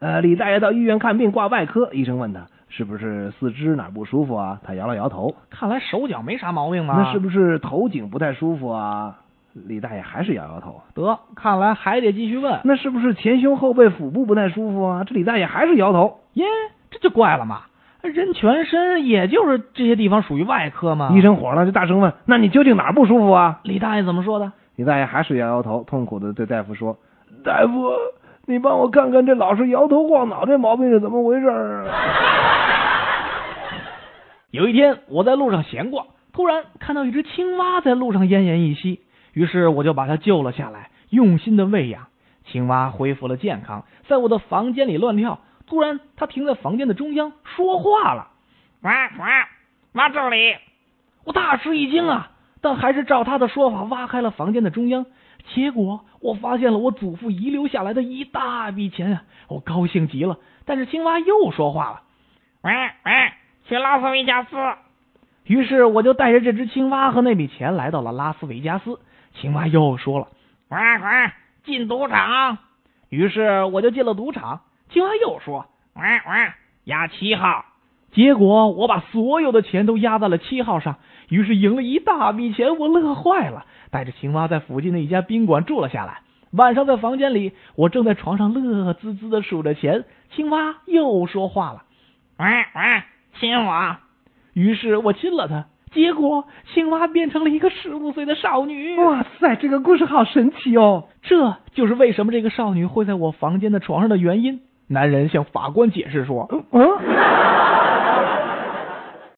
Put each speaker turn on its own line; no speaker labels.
呃，李大爷到医院看病挂外科，医生问他是不是四肢哪儿不舒服啊？他摇了摇头。
看来手脚没啥毛病吧？
那是不是头颈不太舒服啊？李大爷还是摇摇头。啊
得，看来还得继续问。
那是不是前胸后背腹部不太舒服啊？这李大爷还是摇头。
耶，这就怪了嘛！人全身也就是这些地方属于外科嘛。
医生火了，就大声问：“那你究竟哪儿不舒服啊
李大爷怎么说的？？”
李大爷还是摇摇头，痛苦的对大夫说：“大夫，你帮我看看这老是摇头晃脑这毛病是怎么回事儿啊
有一天我在路上闲逛，突然看到一只青蛙在路上奄奄一息，于是我就把它救了下来，用心的喂养。青蛙恢复了健康，在我的房间里乱跳。突然，它停在房间的中央，说话了。
喂喂，往这里，
我大吃一惊啊！但还是照他的说法挖开了房间的中央，结果我发现了我祖父遗留下来的一大笔钱啊！我高兴极了。但是青蛙又说话了，
喂喂，去拉斯维加斯。
于是我就带着这只青蛙和那笔钱来到了拉斯维加斯。青蛙又说了，
喂喂，进赌场。
于是我就进了赌场。青蛙又说，
喂喂，押七号。
结果我把所有的钱都压在了七号上，于是赢了一大笔钱，我乐坏了，带着青蛙在附近的一家宾馆住了下来。晚上在房间里，我正在床上乐滋滋的数着钱，青蛙又说话了，
喂喂，亲我。
于是我亲了它，结果青蛙变成了一个十五岁的少女。！”
哇塞，这个故事好神奇哦！
这就是为什么这个少女会在我房间的床上的原因。男人向法官解释说
嗯。